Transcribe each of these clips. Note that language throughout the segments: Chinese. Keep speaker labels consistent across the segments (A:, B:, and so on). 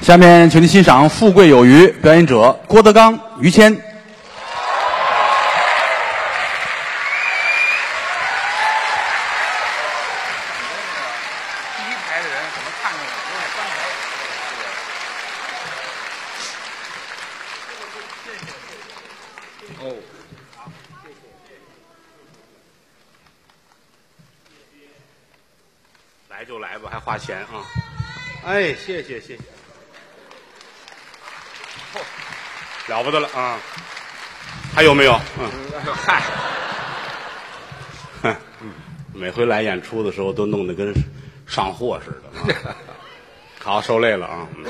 A: 下面，请您欣赏《富贵有余》，表演者郭德纲、于谦。
B: 第一排的人怎么看着我？都是刚才。哦，来就来吧，还花钱啊！哎，谢谢谢谢，了不得了啊！还有没有？嗯，嗨，哼，每回来演出的时候都弄得跟上货似的 啊。好，受累了啊。嗯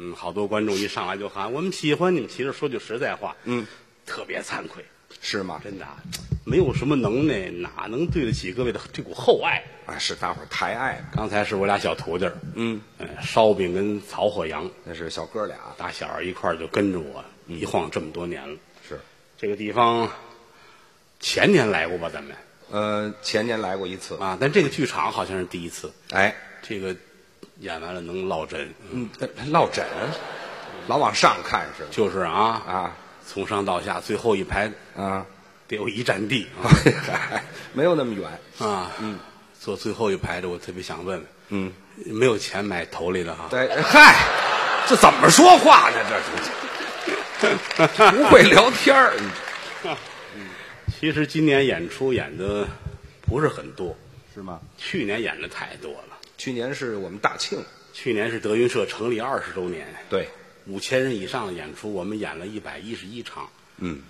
B: 嗯，好多观众一上来就喊我们喜欢你们，其实说句实在话，嗯，特别惭愧，
C: 是吗？
B: 真的啊没有什么能耐，哪能对得起各位的这股厚爱？
C: 啊，是大伙儿抬爱嘛，
B: 刚才是我俩小徒弟儿，嗯，烧饼跟曹火阳，
C: 那是小哥俩，
B: 打小儿一块儿就跟着我，一晃这么多年了。
C: 是，
B: 这个地方前年来过吧，咱们
C: 呃，前年来过一次，
B: 啊，但这个剧场好像是第一次。
C: 哎，
B: 这个演完了能落枕，
C: 嗯，落枕，老往上看是吗？
B: 就是啊
C: 啊，
B: 从上到下最后一排
C: 啊，
B: 得有一站地啊
C: 没有那么远，
B: 啊，嗯，坐最后一排的我特别想问问，嗯，没有钱买头里的哈，
C: 对，哎嗨，这怎么说话呢？这是 不会聊天儿，
B: 其实今年演出演的不是很多，
C: 是吗？
B: 去年演的太多了。
C: 去年是我们大庆，
B: 去年是德云社成立二十周年，
C: 对，
B: 五千人以上的演出，我们演了一百一十一场。
C: 嗯，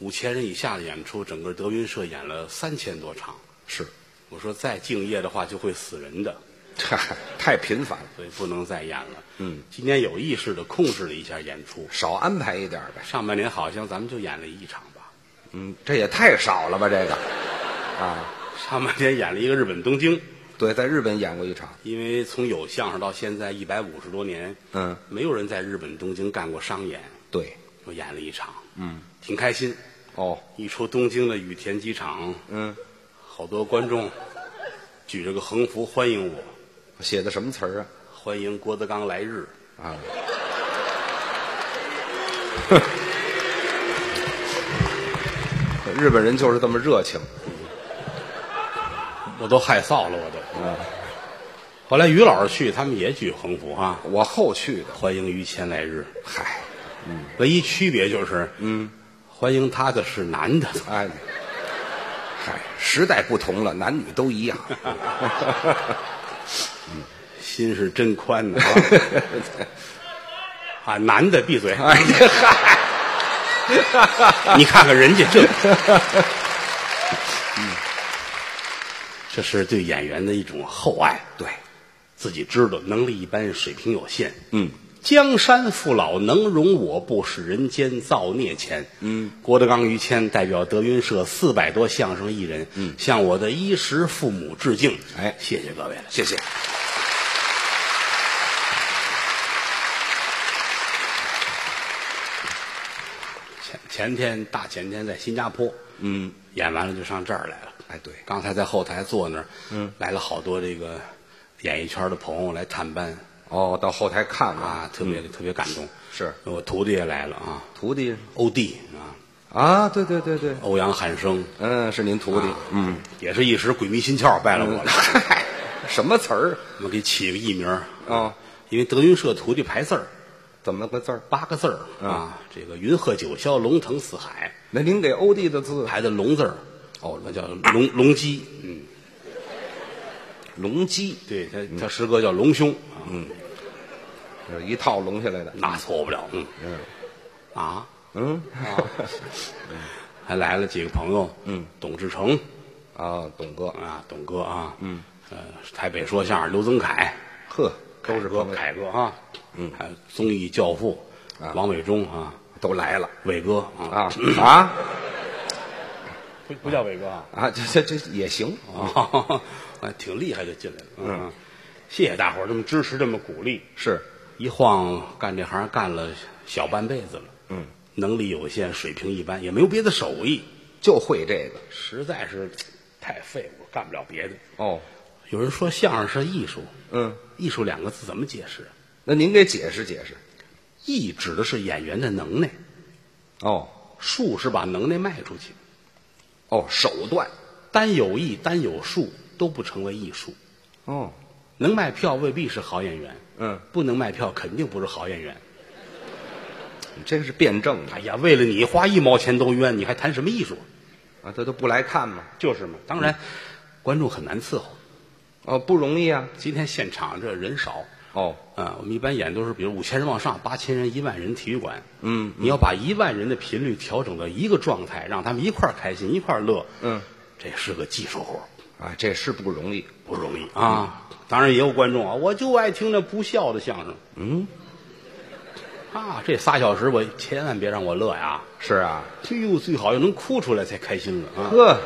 B: 五千人以下的演出，整个德云社演了三千多场。
C: 是，
B: 我说再敬业的话就会死人的，
C: 嗨，太频繁了，
B: 所以不能再演了。嗯，今年有意识的控制了一下演出，
C: 少安排一点儿呗。
B: 上半年好像咱们就演了一场吧。
C: 嗯，这也太少了吧？这个，啊，
B: 上半年演了一个日本东京，
C: 对，在日本演过一场，
B: 因为从有相声到现在一百五十多年，
C: 嗯，
B: 没有人在日本东京干过商演，
C: 对，
B: 我演了一场，嗯，挺开心。
C: 哦，
B: 一出东京的羽田机场，
C: 嗯，
B: 好多观众举着个横幅欢迎我，
C: 写的什么词儿啊？
B: 欢迎郭德纲来日。
C: 啊，日本人就是这么热情。
B: 我都害臊了，我都。嗯后来于老师去，他们也举横幅啊，
C: 我后去的，
B: 欢迎于谦来日。
C: 嗨，
B: 唯一区别就是，嗯，欢迎他的是男的，
C: 哎，嗨，时代不同了，男女都一样。
B: 心是真宽 呐。啊啊，男的闭嘴！
C: 哎呀，嗨，
B: 你看看人家 这，嗯这是对演员的一种厚爱。
C: 对，
B: 自己知道能力一般，水平有限。
C: 嗯，
B: 江山父老能容我，不使人间造孽钱。嗯，郭德纲、于谦代表德云社四百多相声艺人，嗯，向我的衣食父母致敬。
C: 哎
B: 谢谢各位了。
C: 谢谢。
B: 前前天、大前天在新加坡，嗯，演完了就上这儿来了。
C: 哎，对，
B: 刚才在后台坐那儿，嗯，来了好多这个演艺圈的朋友来探班
C: 哦，到后台看啊，
B: 啊，特别、特别感动。
C: 是
B: 我徒弟也来了啊，
C: 徒弟
B: 欧弟啊，
C: 啊，对对对对，
B: 欧阳汉生，啊
C: 嗯，是您徒弟，嗯，
B: 也是一时鬼迷心窍，拜了我了。
C: 嗨， 什么词儿？
B: 我们给起个艺名啊、
C: 哦
B: 因为德云社徒弟排字儿
C: 怎么个字儿？
B: 八个字儿、
C: 嗯
B: 啊，这个云鹤九霄，龙腾四海，
C: 那您给欧弟的字，
B: 排的龙字儿，哦，那叫龙龙基，嗯，
C: 龙基，
B: 对他他师哥叫龙兄啊，
C: 这是一套龙下来的。
B: 那错不了，嗯嗯，啊，
C: 嗯，
B: 还来了几个朋友，嗯，董志成
C: 啊，董哥，
B: 啊，董哥啊，嗯，呃，台北说相声刘增凯，
C: 呵，都是
B: 哥
C: 朋友，
B: 凯哥啊，嗯，还有综艺教父王伟忠啊，
C: 都来了
B: 伟哥啊，
C: 啊啊
B: 不不叫伟哥啊。
C: 啊！这这这也行，
B: 哦，啊挺厉害就进来了。嗯，谢谢大伙儿这么支持，这么鼓励。
C: 是
B: 一晃干这行干了小半辈子了，
C: 嗯，
B: 能力有限，水平一般，也没有别的手艺，
C: 就会这个
B: 实在是太废物，干不了别的。
C: 哦，
B: 有人说相声是艺术，
C: 嗯，
B: 艺术两个字怎么解释？啊
C: 那您给解释解释。
B: 艺指的是演员的能耐，
C: 哦
B: 术是把能耐卖出去。
C: 哦，手段。
B: 单有艺，单有术都不成为艺术。
C: 哦，
B: 能卖票未必是好演员，
C: 嗯，
B: 不能卖票肯定不是好演员。
C: 你这个是辩证啊的
B: 哎呀，为了你花一毛钱都冤，你还谈什么艺术？
C: 啊，他都不来看嘛。
B: 就是嘛。当
C: 嗯
B: 然，观众很难伺候。
C: 哦，不容易啊。
B: 今天现场这人少，
C: 哦，
B: 啊，我们一般演都是比如五千人往上，八千人、一万人体育馆。
C: 嗯，
B: 你要把一万人的频率调整到一个状态，让他们一块儿开心，一块儿乐。
C: 嗯，
B: 这是个技术活儿，
C: 啊，这是不容易。
B: 不容易啊。
C: 嗯
B: 当然也有观众啊，我就爱听那不笑的相声。嗯，啊，这仨小时我千万别让我乐呀！
C: 是啊，
B: 哎呦，最好要能哭出来才开心了啊！
C: 呵，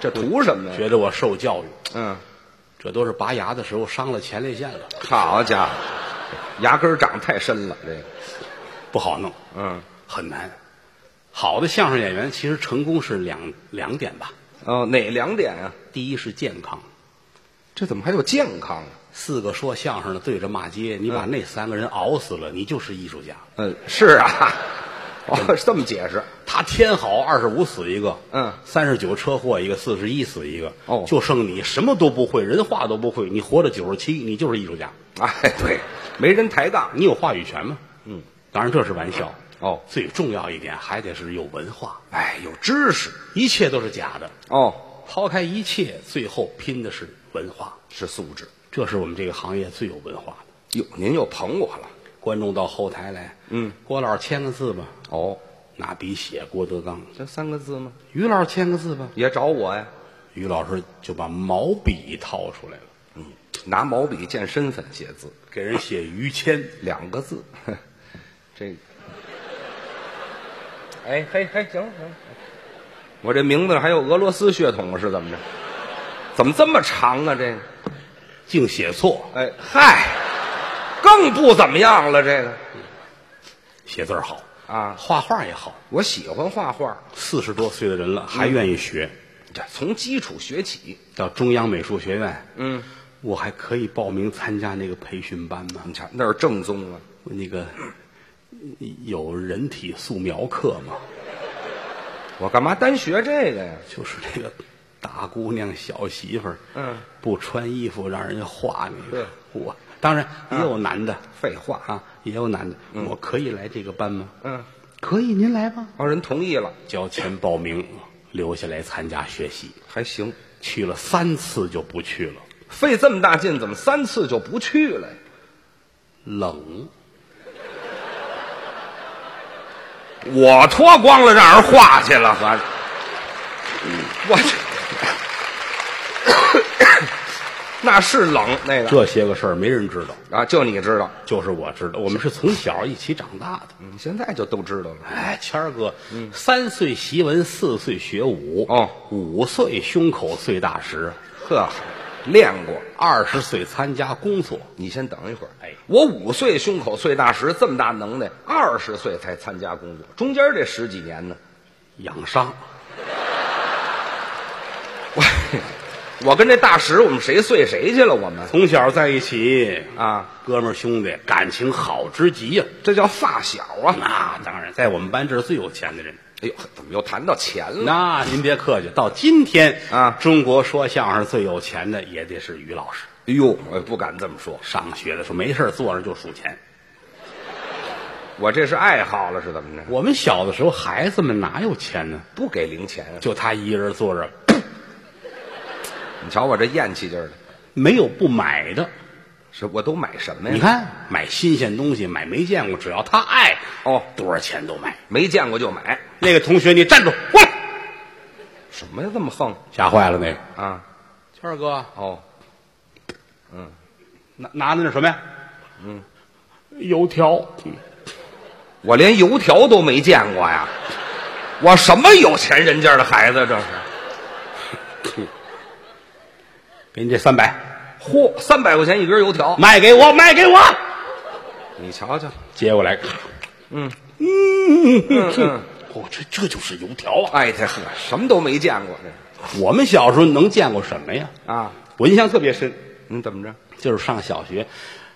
C: 这图什么呀？
B: 觉得我受教育，
C: 嗯，
B: 这都是拔牙的时候伤了前列腺了，
C: 好家伙，牙根儿长太深了，这个。
B: 不好弄。
C: 嗯，
B: 很难。好的相声演员其实成功是两两点吧，
C: 哦，哪两点啊？
B: 第一是健康，
C: 这怎么还有健康啊？
B: 四个说相声的对着骂街，你把那三个人熬死了，你就是艺术家。
C: 嗯，是啊， 哦，这么解释。
B: 他天好，二十五死一个，
C: 嗯
B: 三十九车祸一个，四十一死一个，
C: 哦
B: 就剩你什么都不会，人话都不会，你活到九十七，你就是艺术家，
C: 哎，对，没人抬杠。
B: 你有话语权吗？嗯，当然这是玩笑。
C: 哦，
B: 最重要一点还得是有文化，
C: 哎，有知识。
B: 一切都是假的，
C: 哦，
B: 抛开一切，最后拼的是文化。
C: 是素质。
B: 这是我们这个行业最有文化的。
C: 哟，您又捧我了。
B: 观众到后台来，
C: 嗯，
B: 郭老师签个字吧，
C: 哦，
B: 拿笔写郭德纲；
C: 这三个字吗？
B: 于老师签个字吧，
C: 也找我呀？
B: 于老师就把毛笔掏出来了，
C: 嗯，拿毛笔见身份写字，
B: 给人 写于谦。
C: 两个字。呵这个，哎，嘿嘿，行了行了，我这名字还有俄罗斯血统是怎么着？怎么这么长啊？这个，
B: 净写错，
C: 哎嗨，更不怎么样了。这个
B: 写字儿好
C: 啊
B: 画画也好。
C: 我喜欢画画，
B: 四十多岁的人了，还
C: 嗯
B: 愿意学，
C: 这从基础学起。
B: 到中央美术学院，
C: 嗯，
B: 我还可以报名参加那个培训班吗
C: 你？瞧那是正宗啊。
B: 那个有人体素描课吗？
C: 我干嘛单学这个呀？
B: 就是那个大姑娘小媳妇儿，
C: 嗯，
B: 不穿衣服让人家画那个
C: 对，
B: 我当然也有男的
C: 废话啊！
B: 啊，也有男的，我可以来这个班吗？
C: 嗯，
B: 可以，您来吧。
C: 哦，人同意了，
B: 交钱报名，留下来参加学习，
C: 还行。
B: 去了三次就不去了，
C: 费这么大劲，怎么三次就不去了呀？
B: 冷。
C: 我脱光了让人画去了，还、我这那是冷那个
B: 这些个事儿没人知道，
C: 啊，就你知道，
B: 就是我知道。我们是从小一起长大的。
C: 你现在就都知道了。
B: 哎，谦儿哥，三岁习文，四岁学武，
C: 哦
B: 五岁胸口碎大石，
C: 呵，练过。
B: 二十岁参加工作，
C: 你先等一会儿，
B: 哎
C: 我五岁胸口碎大石，这么大能耐，二十岁才参加工作，中间这十几年呢，
B: 养伤，
C: 我跟这大石，我们谁碎谁去了？我们
B: 从小在一起，
C: 啊，
B: 哥们儿兄弟感情好之极呀、
C: 这叫发小啊！
B: 那当然，在我们班这是最有钱的人。
C: 哎呦，怎么又谈到钱了？
B: 那您别客气，到今天
C: 啊
B: 中国说相声最有钱的也得是于老师。
C: 哎呦，我也不敢这么说，
B: 上学的时候没事儿坐着就数钱。
C: 我这是爱好了，是怎么着？
B: 我们小的时候，孩子们哪有钱呢？
C: 不给零钱啊，
B: 就他一个人坐着，
C: 你瞧我这咽气劲儿的，
B: 没有不买的。
C: 是我都买什么呀？
B: 你看，买新鲜东西，买没见过，只要他爱，
C: 哦
B: 多少钱都买。
C: 没见过就买，
B: 那个同学，你站住，过来！
C: 什么呀？这么横
B: 吓坏了那个。
C: 啊？
B: 谦儿哥，
C: 哦，
B: 拿拿的那什么呀？嗯，油条。
C: 我连油条都没见过呀，我什么有钱人家的孩子这是？
B: 给你这三百，
C: 嚯，三百块钱一根油条，
B: 卖给我，卖给我。
C: 你瞧瞧，
B: 接过来，咔嗯嗯，我这这就是油条啊！
C: 哎，这呵，什么都没见过这
B: 我们小时候能见过什么呀？
C: 啊？嗯
B: 我印象特别深，
C: 你怎么着？
B: 就是上小学，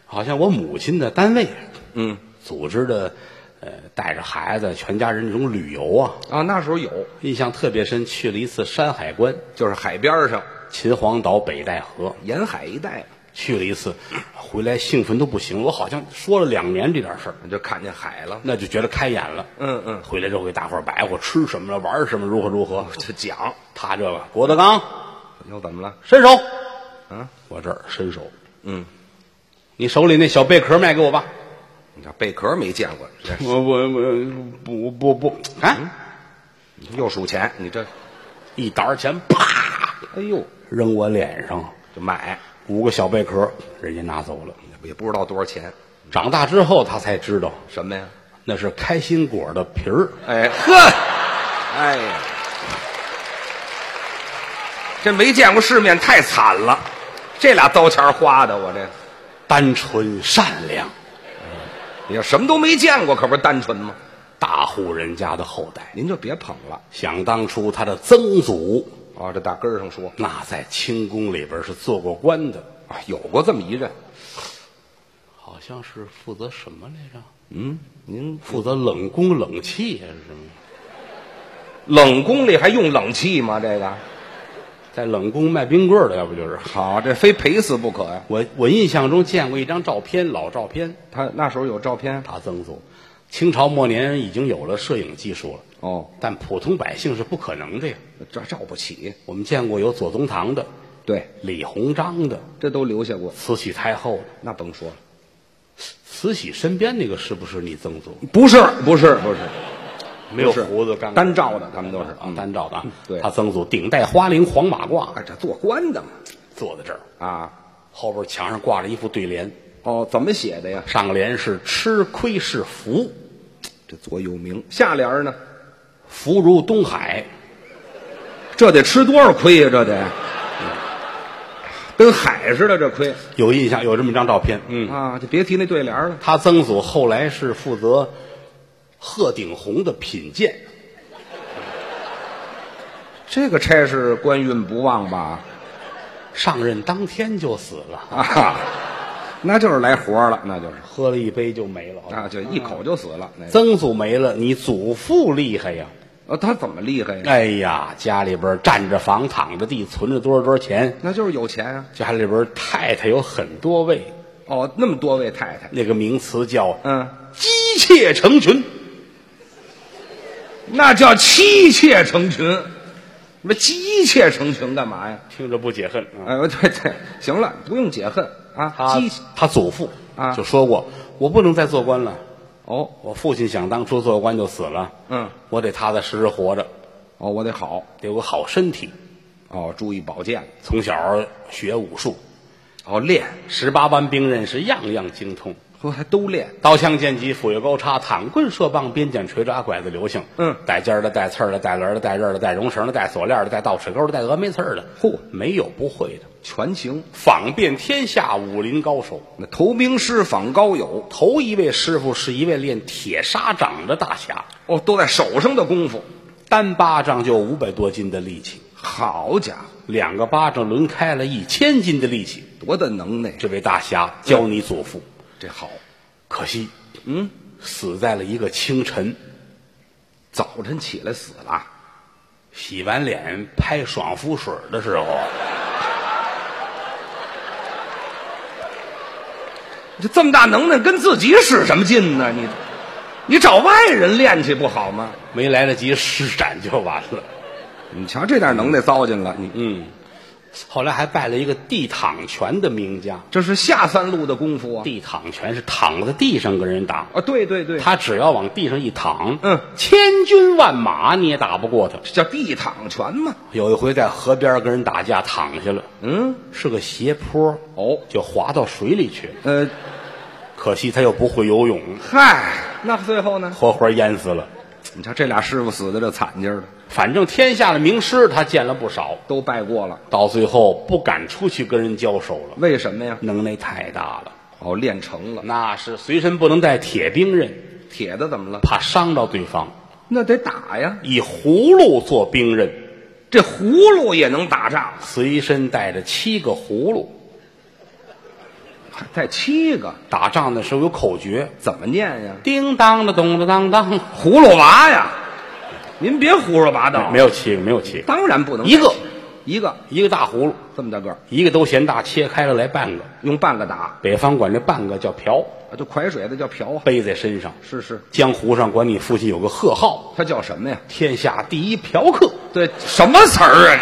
B: 好像我母亲的单位啊
C: 嗯，
B: 组织的，呃，带着孩子全家人这种旅游啊，
C: 啊，那时候有，
B: 印象特别深。去了一次山海关，
C: 就是海边儿上
B: 秦皇岛北戴河，
C: 沿海一带，
B: 去了一次，回来兴奋都不行了。我好像说了两年这点事儿，
C: 就看见海了。
B: 那就觉得开眼了。
C: 嗯嗯，
B: 回来之后给大伙儿白活，吃什么了，玩什么，如何如何。
C: 就讲
B: 他这个郭德纲
C: 又怎么了？
B: 伸手，
C: 嗯
B: 我这儿伸手，
C: 嗯，
B: 你手里那小贝壳卖给我吧。
C: 你这贝壳没见过，这
B: 我我我不不不，哎，
C: 又数钱，你这，
B: 一沓钱啪
C: 哎呦，
B: 扔我脸上，
C: 就买，
B: 五个小贝壳，人家拿走了。
C: 也不知道多少钱，
B: 长大之后，他才知道
C: 什么呀？
B: 那是开心果的皮儿。
C: 哎呵，哎呀，这没见过世面太惨了，这俩刀钱花的我这。
B: 单纯善良，
C: 你要什么都没见过，可不是单纯吗？
B: 大户人家的后代。
C: 您就别捧了。
B: 想当初，他的曾祖
C: 哦，这打根儿上说
B: 那在清宫里边是做过官的，
C: 啊，有过这么一任。
B: 好像是负责什么来着？
C: 嗯，您
B: 负责冷宫冷气还是什么？
C: 冷宫里还用冷气吗？这个
B: 在冷宫卖冰棍儿的，要不就是。
C: 好，这非赔死不可呀、
B: 我我印象中见过一张照片，老照片，
C: 他那时候有照片
B: 他曾祖，清朝末年已经有了摄影技术了，
C: 哦，
B: 但普通百姓是不可能的呀。
C: 这照不起。
B: 我们见过有左宗棠的、
C: 对，
B: 李鸿章的、
C: 这都留下过，
B: 慈禧太后的。
C: 那甭说了。
B: 慈禧身边那个是不是你曾祖？
C: 不是，不是，不是，
B: 没有
C: 是
B: 胡子，干
C: 单照的他们都是
B: 啊
C: 嗯，
B: 单照的啊。
C: 对
B: 他曾祖顶戴花翎黄马褂，
C: 哎，这做官的嘛
B: 坐在这儿，
C: 啊，
B: 后边墙上挂着一副对联，
C: 哦，怎么写的呀？
B: 上联是“吃亏是福，
C: 这座右铭。下联儿呢？
B: 福如东海
C: 这得吃多少亏呀、这得，跟海似的这亏”。
B: 有印象，有这么一张照片。嗯，
C: 啊！就别提那对联儿了。
B: 他曾祖后来是负责鹤顶红的品鉴，
C: 这个差事官运不旺吧？
B: 上任当天就死了，
C: 啊，那就是来活儿了，那就是
B: 喝了一杯就没了。
C: 啊，就一口就死了。那个
B: 曾祖没了，你祖父厉害呀！
C: 啊，他怎么厉害呀？
B: 哎呀，家里边占着房，躺着地，存着多少多少钱。
C: 那就是有钱啊！
B: 家里边太太有很多位，
C: 哦，那么多位太太，
B: 那个名词叫
C: 嗯，
B: 姬妾成群。
C: 那叫妻妾成群，什么妻妾成群干嘛呀？
B: 听着不解恨啊！
C: 哎呦，对对，行了，不用解恨啊。
B: 他
C: 妻
B: 他祖父
C: 啊
B: 就说过，我不能再做官了。
C: 哦
B: 我父亲想当初做官就死了，
C: 嗯，
B: 我得踏踏实实活着，
C: 哦，我得好
B: 得有个好身体。
C: 哦，注意保健
B: 从小学武术，
C: 哦，练，
B: 十八般兵刃是样样精通，
C: 我还都练。
B: 刀枪剑戟斧钺钩叉躺棍射棒鞭锏锤抓拐子流星，
C: 嗯
B: 带尖儿的带刺儿的带轮儿的带刃儿的带绒绳的带锁链儿的带倒齿钩的带峨眉刺儿的，
C: 嚯
B: 没有不会的，
C: 全行。
B: 访遍天下武林高手。
C: 那头名师访高友，
B: 头一位师傅是一位练铁砂掌的大侠，
C: 哦，都在手上的功夫。
B: 单巴掌就五百多斤的力气，
C: 好家伙，
B: 两个巴掌抡开了一千斤的力气。
C: 多大能耐！
B: 这位大侠教你祖父，
C: 这好，
B: 可惜
C: 嗯，
B: 死在了一个清晨，
C: 早晨起来死了，
B: 洗完脸拍爽肤水的时候，
C: 这这么大能耐，跟自己使什么劲呢？你，你找外人练去不好吗？
B: 没来得及施展就完了。
C: 你瞧这点能耐糟践了，你、
B: 嗯，后来还拜了一个地躺拳的名家，
C: 这是下三路的功夫啊！
B: 地躺拳是躺在地上跟人打。
C: 啊，对对对，
B: 他只要往地上一躺，
C: 嗯
B: 千军万马你也打不过他。
C: 这叫地躺拳嘛。
B: 有一回在河边跟人打架，躺下了，
C: 嗯，
B: 是个斜坡，
C: 哦，
B: 就滑到水里去了。
C: 呃，
B: 可惜他又不会游泳，
C: 嗨，那最后呢？
B: 活活淹死了。
C: 你瞧这俩师傅死的这惨劲儿的，
B: 反正天下的名师他见了不少，
C: 都拜过了，
B: 到最后不敢出去跟人交手了，
C: 为什么呀？
B: 能耐太大了。
C: 哦，练成了。
B: 那是随身不能带铁兵刃，
C: 铁的怎么了？
B: 怕伤到对方。
C: 那得打呀，
B: 以葫芦做兵刃，
C: 这葫芦也能打仗。
B: 随身带着七个葫芦，
C: 还带七个，
B: 打仗的时候有口诀，
C: 怎么念呀？
B: 叮当的咚的当当，
C: 葫芦娃呀！您别胡说八道，
B: 没有七个，没有七个，
C: 当然不能
B: 一个
C: 一个
B: 一个大葫芦，
C: 这么大个儿，
B: 一个都嫌大，切开了来半个。
C: 用半个打，
B: 北方管这半个叫瓢，
C: 啊就蒯水的叫瓢啊。
B: 背在身上。
C: 是是，
B: 江湖上管你父亲有个贺号，
C: 它叫什么呀？
B: 天下第一嫖客。
C: 对，什么词儿啊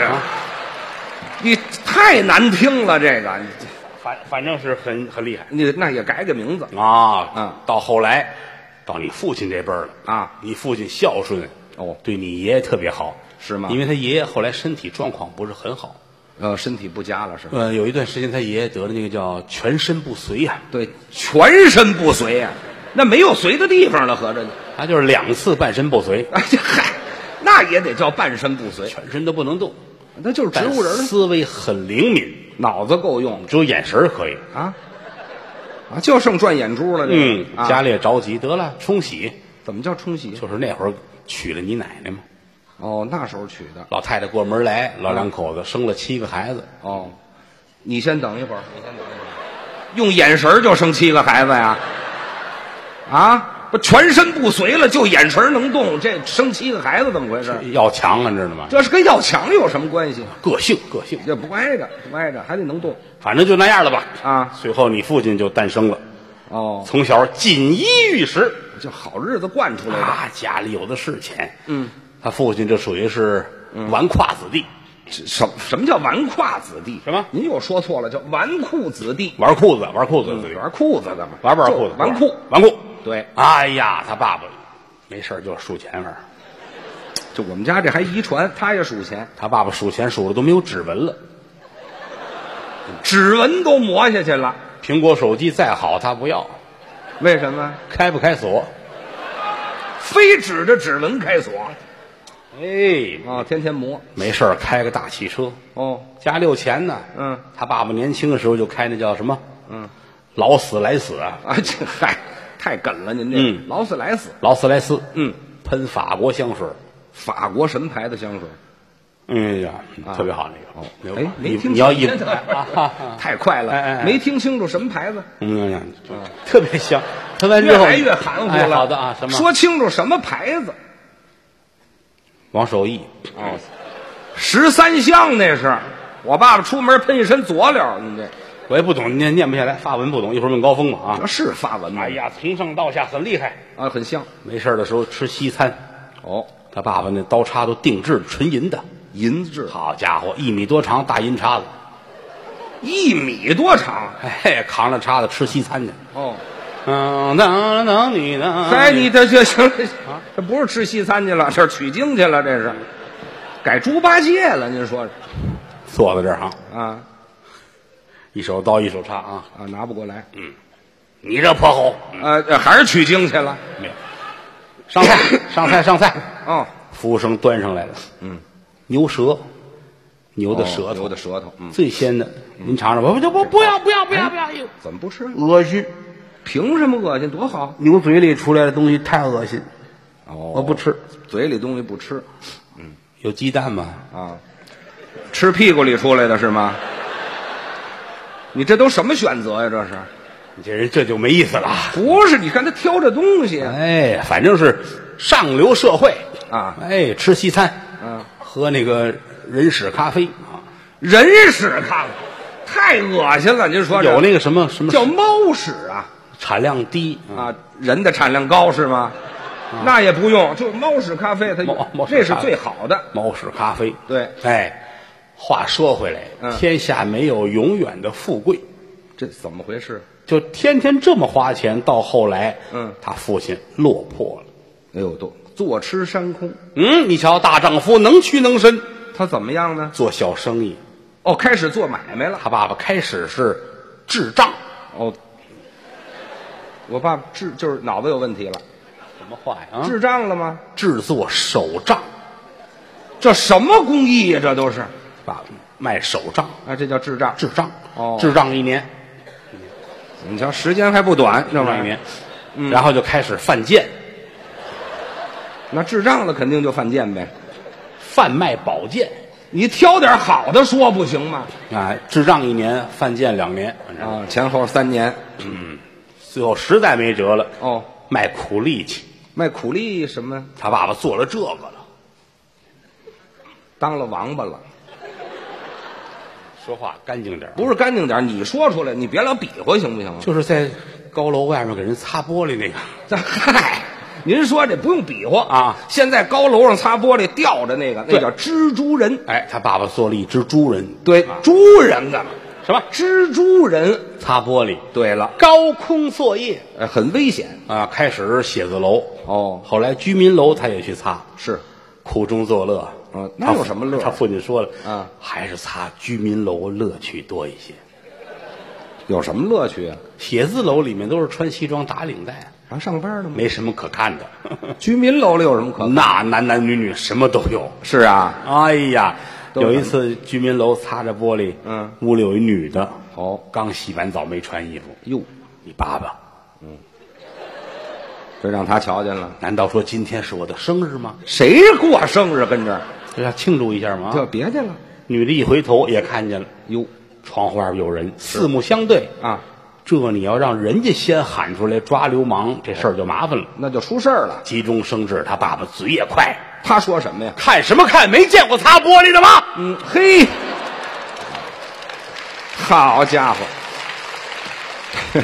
C: 这？你太难听了，这个
B: 反反正是很很厉害
C: 你你那也改改名字
B: 啊。
C: 嗯，
B: 到后来到你父亲这辈儿了
C: 啊，
B: 你父亲孝顺
C: 哦
B: 对你爷爷特别好，
C: 是吗
B: 因为他爷爷后来身体状况不是很好，
C: 呃，身体不佳了是吧？
B: 呃，有一段时间他爷爷得了那个叫全身不遂啊呀、
C: 对，全身不遂呀、那没有遂的地方了，合着你。
B: 他就是两次半身不遂，
C: 哎这嗨，那也得叫半身不遂，
B: 全身都不能动。
C: 那就是哎植物人
B: 但
C: 了，
B: 思维很灵敏，
C: 脑子够用
B: 只有眼神儿可以。
C: 啊啊，就剩转眼珠了。这
B: 嗯
C: 个，啊
B: 家里也着急，得了冲洗，
C: 怎么叫冲洗？
B: 就是那会儿娶了你奶奶嘛。
C: 哦，那时候取的
B: 老太太过门来，老两口子生了七个孩子，
C: 哦。你先等一会儿，你先等一会儿，用眼神儿就生七个孩子呀？啊，不全身不遂了，就眼神儿能动，这生七个孩子怎么回事？
B: 要强啊，你知道吗？
C: 这是跟要强有什么关系？
B: 个性，个性，
C: 这不挨着，不挨着，还得能动
B: 反正就那样了吧。
C: 啊。
B: 最后你父亲就诞生了，
C: 哦，
B: 从小锦衣玉食
C: 这好日子惯出来的。
B: 啊，家里有的是钱。嗯，他父亲这属于是
C: 嗯
B: 纨绔子弟，
C: 这什什么叫纨绔子弟？
B: 什么
C: 您又说错了，叫纨绔子弟，
B: 玩裤子，玩裤子，
C: 嗯玩裤子的嘛，
B: 玩不玩
C: 就
B: 裤子？
C: 纨绔。
B: 纨绔。
C: 对，
B: 哎呀，他爸爸没事儿就数钱玩儿，
C: 就我们家这还遗传，他也数钱，
B: 他爸爸数钱数的都没有指纹了。
C: 指纹都磨下去了，
B: 苹果手机再好他不要，
C: 为什么？
B: 开不开锁？
C: 非指着指纹开锁啊、
B: 哎，
C: 哦天天磨
B: 没事儿开个大汽车，
C: 哦，
B: 家里有钱呢。
C: 嗯，
B: 他爸爸年轻的时候就开那叫什么？
C: 嗯，
B: 劳斯莱斯啊，
C: 啊这嗨，太梗了，您这、
B: 嗯
C: 劳斯莱斯，
B: 劳斯莱斯。
C: 嗯，
B: 喷法国香水儿。
C: 法国神牌的香水，
B: 哎呀，特别好
C: 哦
B: 那个。
C: 哎没
B: 你
C: 听
B: 你要
C: 清
B: 一
C: 真的
B: 啊，
C: 太快了，
B: 哎哎哎
C: 没听清楚什么牌子，
B: 嗯，呀特别香。喷完之
C: 越
B: 后
C: 来越含糊了。
B: 哎好的啊，什么？
C: 说清楚什么牌子？
B: 王守义。
C: 哦，十三香那是，我爸爸出门喷一身佐料，你这
B: 我也不懂，念念不下来，发文不懂，一会儿问高峰吧啊
C: 这。是发文吗？
B: 哎呀，从上到下很厉害。
C: 啊，很香
B: 没事儿的时候吃西餐，
C: 哦，
B: 他爸爸那刀叉都定制纯银的，
C: 银质，
B: 好家伙，一米多长大银叉子，
C: 一米多长
B: 哎，扛着叉子吃西餐去。
C: 哦。
B: 嗯，当当你呢？
C: 哎，你这这行了，
B: 啊
C: 这不是吃西餐去了，这是取经去了，这是改猪八戒了。您说
B: 坐在这儿哈，
C: 啊
B: 一手刀一手叉啊，
C: 啊，拿不过来，
B: 你这泼猴，
C: 呃，这还是取经去了。
B: 没有，上菜上菜上菜，
C: 哦，
B: 服务生端上来了，嗯，牛舌，牛的舌
C: 哦
B: 头
C: 牛的舌头，嗯，
B: 最鲜的，您尝尝，不不不不要不要不要不要，
C: 怎么不吃？
B: 恶心，
C: 凭什么恶心？多好！
B: 牛嘴里出来的东西太恶心，
C: 哦，
B: 我不吃。
C: 嘴里东西不吃
B: 有鸡蛋吗？
C: 啊，吃屁股里出来的是吗？你这都什么选择呀？这是
B: 你这人这就没意思了啊。
C: 不是？你看他挑这东西，
B: 哎，反正是上流社会
C: 啊
B: 哎，吃西餐，
C: 嗯，
B: 喝那个人屎咖啡啊，
C: 人屎看看，太恶心了。您说这
B: 有那个什么什么
C: 叫猫屎啊？
B: 产量低啊，
C: 啊，人的产量高是吗？那也不用，就猫屎咖啡，它
B: 嗯猫猫屎
C: 这是
B: 咖啡
C: 最好的。
B: 猫屎咖啡。
C: 对
B: 哎，话说回来，
C: 嗯
B: 天下没有永远的富贵，
C: 这怎么回事？
B: 就天天这么花钱，到后来，
C: 嗯
B: 他父亲落魄了。
C: 哎呦，都坐吃山空，
B: 嗯，你瞧，大丈夫能屈能伸，
C: 他怎么样呢？
B: 做小生意。
C: 哦，开始做买卖了。
B: 他爸爸开始是智障，
C: 哦，我爸智就是脑子有问题了，
B: 什么话呀？啊，
C: 智障了吗？
B: 制作手杖，
C: 这什么工艺呀、这都是
B: 爸爸卖手杖。
C: 啊，这叫智障。
B: 智障，
C: 哦
B: 智障一年，
C: 你瞧，时间还不短，这
B: 智障一
C: 玩意儿
B: 年，然后就开始犯贱，
C: 那智障了肯定就犯贱呗。
B: 贩卖宝剑，
C: 你挑点好的说不行吗？
B: 啊，智障一年，犯贱两年，反正
C: 啊，前后三年
B: 最后实在没辙了，
C: 哦，
B: 卖苦力去。
C: 卖苦力什么，
B: 他爸爸做了这个了，
C: 当了王八了，
B: 说话干净点儿，
C: 不是干净点儿，你说出来，你别老比划行不行啊？
B: 就是在高楼外面给人擦玻璃那个。
C: 这嗨，您说这不用比划
B: 啊
C: 现在高楼上擦玻璃吊着那个，那
B: 对
C: 叫蜘蛛人。
B: 哎，他爸爸做了一只猪人，
C: 对，
B: 啊
C: 猪人干嘛？
B: 什么
C: 蜘蛛人。
B: 擦玻璃，
C: 对了，
B: 高空作业
C: 呃很危险
B: 啊。开始写字楼，
C: 哦。
B: 后来居民楼他也去擦，
C: 是，
B: 苦中作乐。啊
C: 嗯那有
B: 他父
C: 什么乐
B: 他父亲说了，
C: 啊，
B: 还是擦居民楼乐趣多一些。
C: 有什么乐趣啊？
B: 写字楼里面都是穿西装打领带，啊
C: 还上班呢吗？
B: 没什么可看 的。
C: 居民楼里有什么可？
B: 那男男女女什么都有。
C: 是啊，
B: 哎呀，
C: 都
B: 有
C: 有
B: 一次居民楼擦着玻璃，
C: 嗯，
B: 屋里有一女的，
C: 哦
B: 刚洗完澡没穿衣服，
C: 哟，
B: 你爸爸
C: 这让他瞧见了。
B: 难道说今天是我的生日吗？
C: 谁过生日跟这儿？
B: 这要庆祝一下吗？
C: 这别去了。
B: 女的一回头也看见了，
C: 哟
B: 窗户外边有人，四目相对，
C: 啊，
B: 这你要让人家先喊出来抓流氓，这事儿就麻烦了。
C: 那就出事儿了。
B: 急中生智，他爸爸嘴也快，
C: 他说什么呀？
B: 看什么看？没见过擦玻璃的吗？
C: 嗯，嘿，好家伙，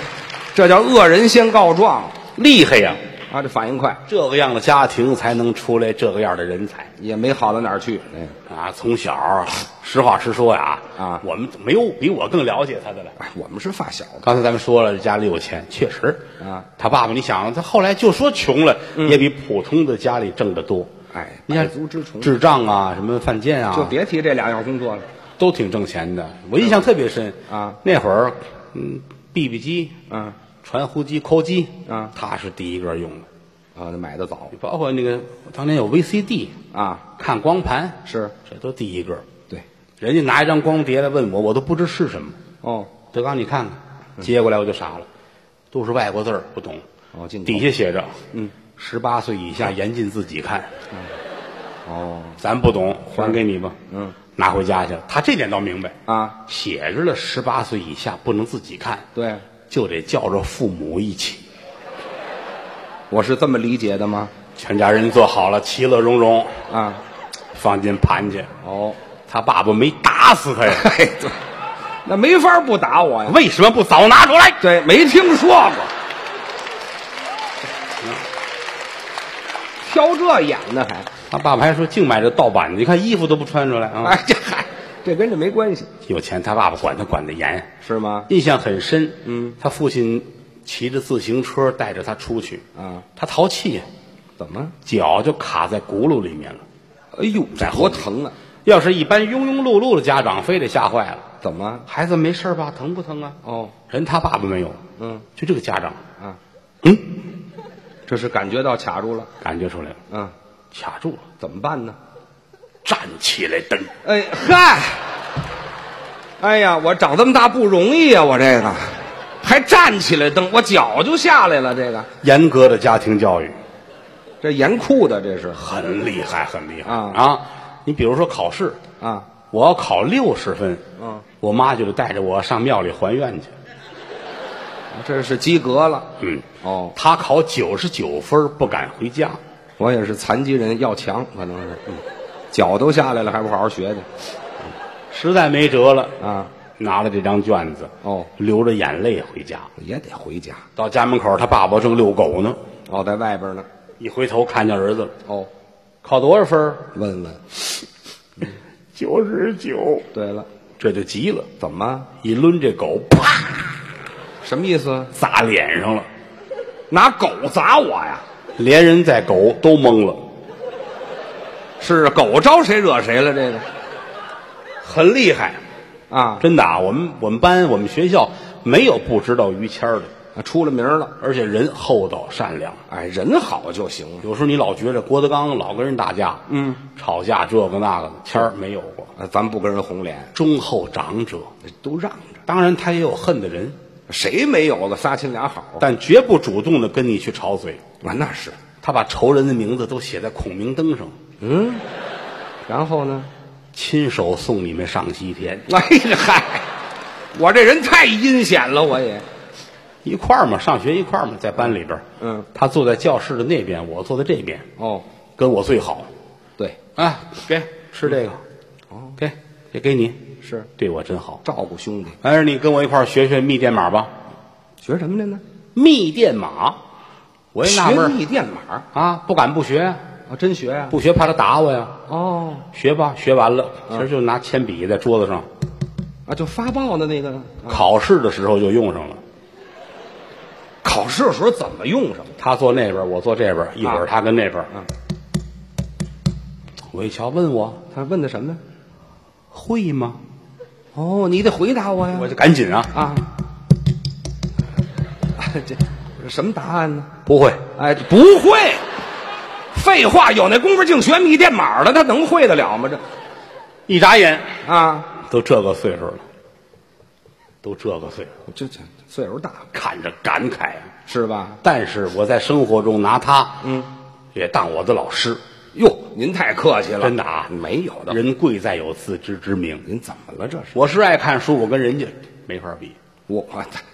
C: 这叫恶人先告状
B: 厉害呀！
C: 啊！这反应快，
B: 这个样的家庭才能出来这个样的人才。
C: 也没好到哪儿去。哎
B: 啊，从小儿实话实说呀，
C: 啊
B: 我们没有比我更了解他的了。
C: 哎，我们是发小，
B: 刚才咱们说了，家里有钱，确实
C: 啊。
B: 他爸爸，你想，他后来就说穷了，也比普通的家里挣得多。
C: 哎，
B: 你看
C: 百足之虫，
B: 智障啊，什么犯贱
C: 就
B: 啊，
C: 别提这两样工作了。
B: 都挺挣钱的。我印象特别深
C: 啊，
B: 那会儿，嗯，BB 机、
C: 嗯，啊，
B: 传呼机、扣机，
C: 啊
B: 他是第一个用的。
C: 那买的早
B: 包括那个当年有 VCD，
C: 啊，
B: 看光盘，
C: 是
B: 这都第一个。
C: 对，
B: 人家拿一张光碟来问我，我都不知是什么。
C: 哦
B: 德刚，你看
C: 嗯
B: 看，接过来我就傻了，都是外国字儿，不懂。
C: 哦进口
B: 底下写着，嗯，十八岁以下严禁自己看，
C: 哦
B: 咱不懂，还给你吧。
C: 嗯，
B: 拿回家去了。他这点倒明白，
C: 啊，
B: 写着了十八岁以下不能自己看，
C: 对，
B: 就得叫着父母一起，
C: 我是这么理解的吗？
B: 全家人坐好了，其乐融融，
C: 啊，
B: 放进盘去。
C: 哦，
B: 他爸爸没打死他 呀，
C: 嘿，对，那没法不打我呀。
B: 为什么不早拿出来？
C: 对，没听说过。挑这眼呢还？
B: 他爸爸还说净买这盗版的，你看衣服都不穿出来啊。
C: 哎，这嗨，这跟这没关系，
B: 有钱，他爸爸管他管得严。
C: 是吗？
B: 印象很深。嗯，他父亲骑着自行车带着他出去，
C: 啊，
B: 他淘气呀，
C: 怎么？
B: 脚就卡在轱辘里面了。
C: 哎呦，这
B: 在
C: 多
B: 后面
C: 疼啊！
B: 要是一般庸庸碌碌的家长，非得吓坏了。
C: 怎么？
B: 孩子没事吧？疼不疼啊？
C: 哦，
B: 人他爸爸没有，
C: 嗯
B: 就这个家长，
C: 啊，
B: 嗯，
C: 这是感觉到卡住了。
B: 感觉出来了，
C: 嗯，
B: 卡住了，
C: 怎么办呢？
B: 站起来蹬。
C: 哎嗨，哎呀，我长这么大不容易啊，我这个还站起来蹬，我脚就下来了。这个
B: 严格的家庭教育
C: 这严酷的这是
B: 很厉害，很厉害
C: 啊
B: 你比如说考试，
C: 啊，
B: 我要考六十分，
C: 嗯，
B: 我妈就得带着我上庙里还愿去。
C: 啊这是及格了。
B: 嗯，
C: 哦，
B: 他考九十九分不敢回家，
C: 我也是残疾人，要强，可能是，嗯，脚都下来了，还不好好学去
B: 实在没辙了，
C: 啊？
B: 拿了这张卷子，
C: 哦，
B: 流着眼泪回家。
C: 也得回家。
B: 到家门口，他爸爸正遛狗呢，
C: 哦，在外边呢。
B: 一回头看见儿子了，
C: 哦，
B: 考多少分？
C: 问问。
B: 九十九，
C: 对了，
B: 这就急了，
C: 怎么？
B: 一抡这狗，啪
C: 什么意思？
B: 砸脸上了，
C: 拿狗砸我呀？
B: 连人带狗都懵了，
C: 是狗招谁惹谁了？这个
B: 很厉害，
C: 啊，
B: 真的啊！我们我们班我们学校没有不知道于谦儿的，
C: 出了名了。
B: 而且人厚道善良。
C: 哎，人好就行
B: 有时候你老觉着郭德纲老跟人打架，嗯，吵架这个那个的，谦儿没有过，
C: 啊，咱不跟人红脸，
B: 忠厚长者。
C: 都让着。
B: 当然，他也有恨的人，
C: 谁没有个仨亲俩好？
B: 但绝不主动的跟你去吵嘴。
C: 啊，那是。
B: 他把仇人的名字都写在孔明灯上，
C: 嗯，然后呢？
B: 亲手送你们上西天，
C: 哎呀嗨，我这人太阴险了，我也
B: 一块儿嘛，上学一块儿嘛，在班里边儿。
C: 嗯，
B: 他坐在教室的那边，我坐在这边，
C: 哦，
B: 跟我最好
C: 对，
B: 啊。给吃这个，
C: 哦，
B: 给也给你，
C: 嗯是
B: 对我真好。
C: 照顾兄弟，
B: 哎，你跟我一块儿学学密电码吧。
C: 学什么的呢？
B: 密电码，我也纳闷
C: 学
B: 儿
C: 密电码
B: 啊，不敢不学，
C: 啊，真学呀、
B: 不学怕他打我呀。
C: 哦，
B: 学吧，学完了，
C: 嗯
B: 其实就拿铅笔在桌子上，
C: 啊，就发报的那个啊
B: 考试的时候就用上了。
C: 考试的时候怎么用上？
B: 他坐那边，我坐这边，一会儿他跟那边。
C: 啊
B: 我一瞧，问我
C: 他问的什么呀？
B: 会吗？
C: 哦，你得回答我呀
B: 我就赶紧啊，
C: 啊， 啊这什么答案呢？
B: 不会。
C: 哎，不会，废话，有那功夫净学密电码了，他能会得了吗？这
B: 一眨眼，
C: 啊，
B: 都这个岁数了，都这个岁数，
C: 这这岁数大
B: 看着感慨啊。
C: 是吧？
B: 但是我在生活中拿他，
C: 嗯，
B: 也当我的老师，
C: 哟，您太客气了，
B: 真的啊
C: 没有的。
B: 人贵在有自知之明。
C: 您怎么了？这是
B: 我是爱看书，我跟人家没法
C: 嗯
B: 比。
C: 我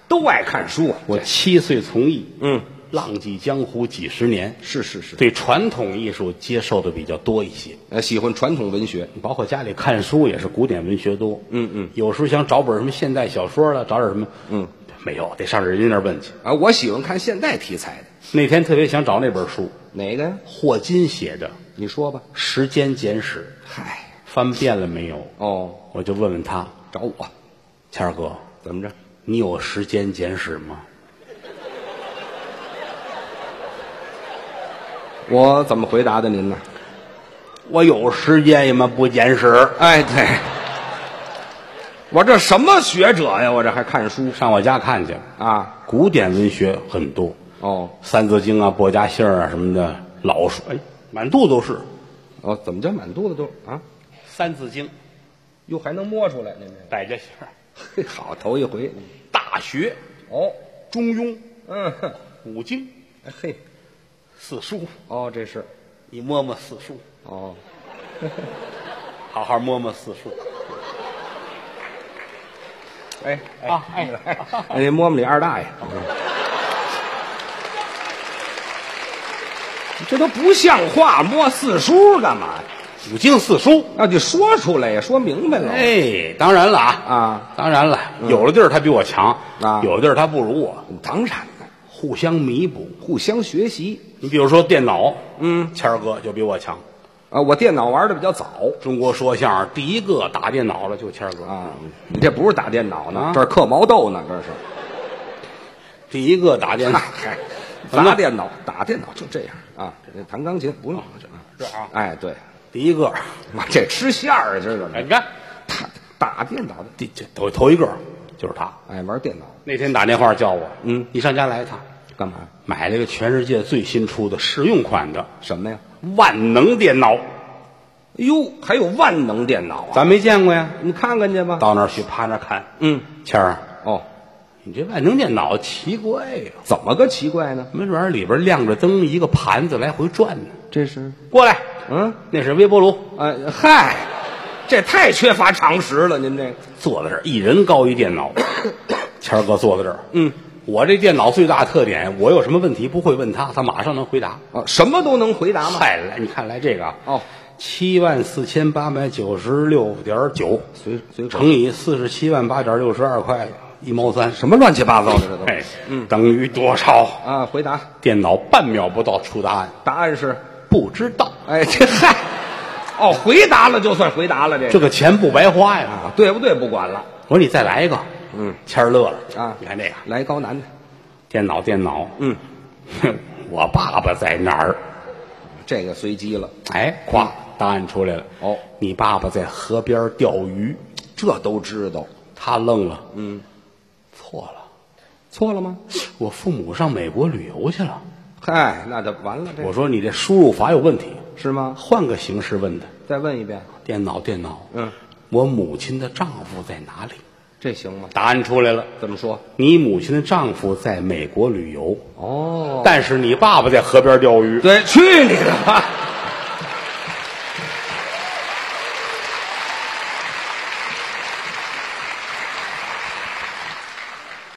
C: 都爱看书啊，
B: 我七岁从艺，
C: 嗯，
B: 浪迹江湖几十年，
C: 是是是，
B: 对传统艺术接受的比较多一些，
C: 呃，喜欢传统文学，
B: 包括家里看书也是古典文学多。
C: 嗯嗯，
B: 有时候想找本什么现代小说了，找点什么，
C: 嗯，
B: 没有，得上人家那儿问去。
C: 啊，我喜欢看现代题材的，
B: 那天特别想找那本书，
C: 哪个呀？
B: 霍金写的《
C: 你说吧。
B: 时间简史》，
C: 嗨，
B: 翻遍了没有？
C: 哦，
B: 我就问问他，
C: 找我
B: 谦儿哥，
C: 怎么着？
B: 你有《时间简史》吗？
C: 我怎么回答的您呢？
B: 我有时间也嘛不简史。
C: 哎，对，我这什么学者呀？我这还看书
B: 上我家看去，
C: 啊？
B: 古典文学很多，
C: 哦
B: 《三字经》啊、百家姓儿啊什么的，老书哎，满肚子都是《
C: 哦，怎么叫满肚子都啊？
B: 三字经》《
C: 哟，还能摸出来那
B: 百家姓儿》
C: 嘿，好，头一
B: 《
C: 回。
B: 大学》《
C: 哦，
B: 中庸》《
C: 嗯，哼
B: 古今》
C: 嘿，
B: 四书。
C: 哦，这是
B: 你摸摸四书，
C: 哦，
B: 好好摸摸四书。
C: 哎
B: 啊哎
C: 哎，您摸摸你二大爷，这都不像话，摸四叔干嘛呀？
B: 古今四书。
C: 那就说出来呀，说明白了。
B: 哎，当然了啊嗯
C: 啊，
B: 当然了，有的地儿他比我强，
C: 啊
B: 有的地儿他不如我，
C: 当然了，
B: 互相弥补。
C: 互相学习
B: 你比如说电脑，
C: 嗯，
B: 谦儿哥就比我强。
C: 啊。我电脑玩的比较早
B: 中国说相声第一个打电脑的就谦儿哥，
C: 啊，你这不是打电脑呢，
B: 啊
C: 这是刻毛豆呢，这 是。
B: 第一个打电脑。
C: 嗨，
B: 怎么
C: 砸
B: 了
C: 电脑，打电脑就这样啊。这弹钢琴不用这
B: 是啊
C: 哎，对，
B: 第一个，
C: 我这吃馅儿这是
B: 哎，你看，
C: 打打电脑的，
B: 第这头头一个就是他。
C: 哎，玩电脑
B: 那天打电话叫我，
C: 嗯，
B: 你上家来一趟，
C: 干嘛？
B: 买了一个全世界最新出的试用款的
C: 什么呀？
B: 万能电脑，
C: 哟，还有万能电脑啊！
B: 咱没见过呀。
C: 你看看去吧。
B: 到那儿去趴那儿看，
C: 嗯，
B: 谦儿啊，
C: 哦，
B: 你这万能电脑奇怪呀、
C: 怎么个奇怪呢？
B: 没准儿里边亮着灯，一个盘子来回转呢。
C: 这是，
B: 过来，
C: 嗯，
B: 那是微波炉，
C: 哎，嗨，这太缺乏常识了，您这个
B: 坐在这儿，一人高一电 脑，谦儿哥坐在这儿，嗯，我这电脑最大特点，我有什么问题不会问他，他马上能回答。
C: 啊，什么都能回答吗？
B: 嗨，来，你看来这个啊，
C: 哦，
B: 七万四千八百九十六点九，
C: 随随口
B: 乘以四十七万八点六十二块一毛三，
C: 什么乱七八糟的这都嗯
B: 哎，等于多少？
C: 啊！回答
B: 电脑半秒不到出答案，
C: 答案是，
B: 不知道，
C: 哎，这 嗨，哦，回答了就算回答了，这
B: 这
C: 个
B: 个钱不白花呀。
C: 啊对不对？不管了
B: 我说你再来一个，
C: 嗯，
B: 谦儿乐了
C: 啊
B: 你看这个
C: 来高难的，
B: 电脑，电脑，
C: 嗯，
B: 哼， 我爸爸在哪儿？
C: 这个随机了，
B: 哎，咵，答案出来了。
C: 嗯哦，
B: 你爸爸在河边钓鱼。
C: 这都知道，
B: 他愣了，嗯，错了，
C: 错了吗？
B: 我父母上美国旅游去了。
C: 嗨，那就完了，这
B: 我说你这输入法有问题，
C: 是吗？
B: 换个形式问他。
C: 再问一遍，
B: 电脑，电脑，
C: 嗯，
B: 我母亲的丈夫在哪里？
C: 这行吗？
B: 答案出来了，
C: 怎么说？
B: 你母亲的丈夫在美国旅游，
C: 哦，
B: 但是你爸爸在河边钓鱼。
C: 对，去你的吧！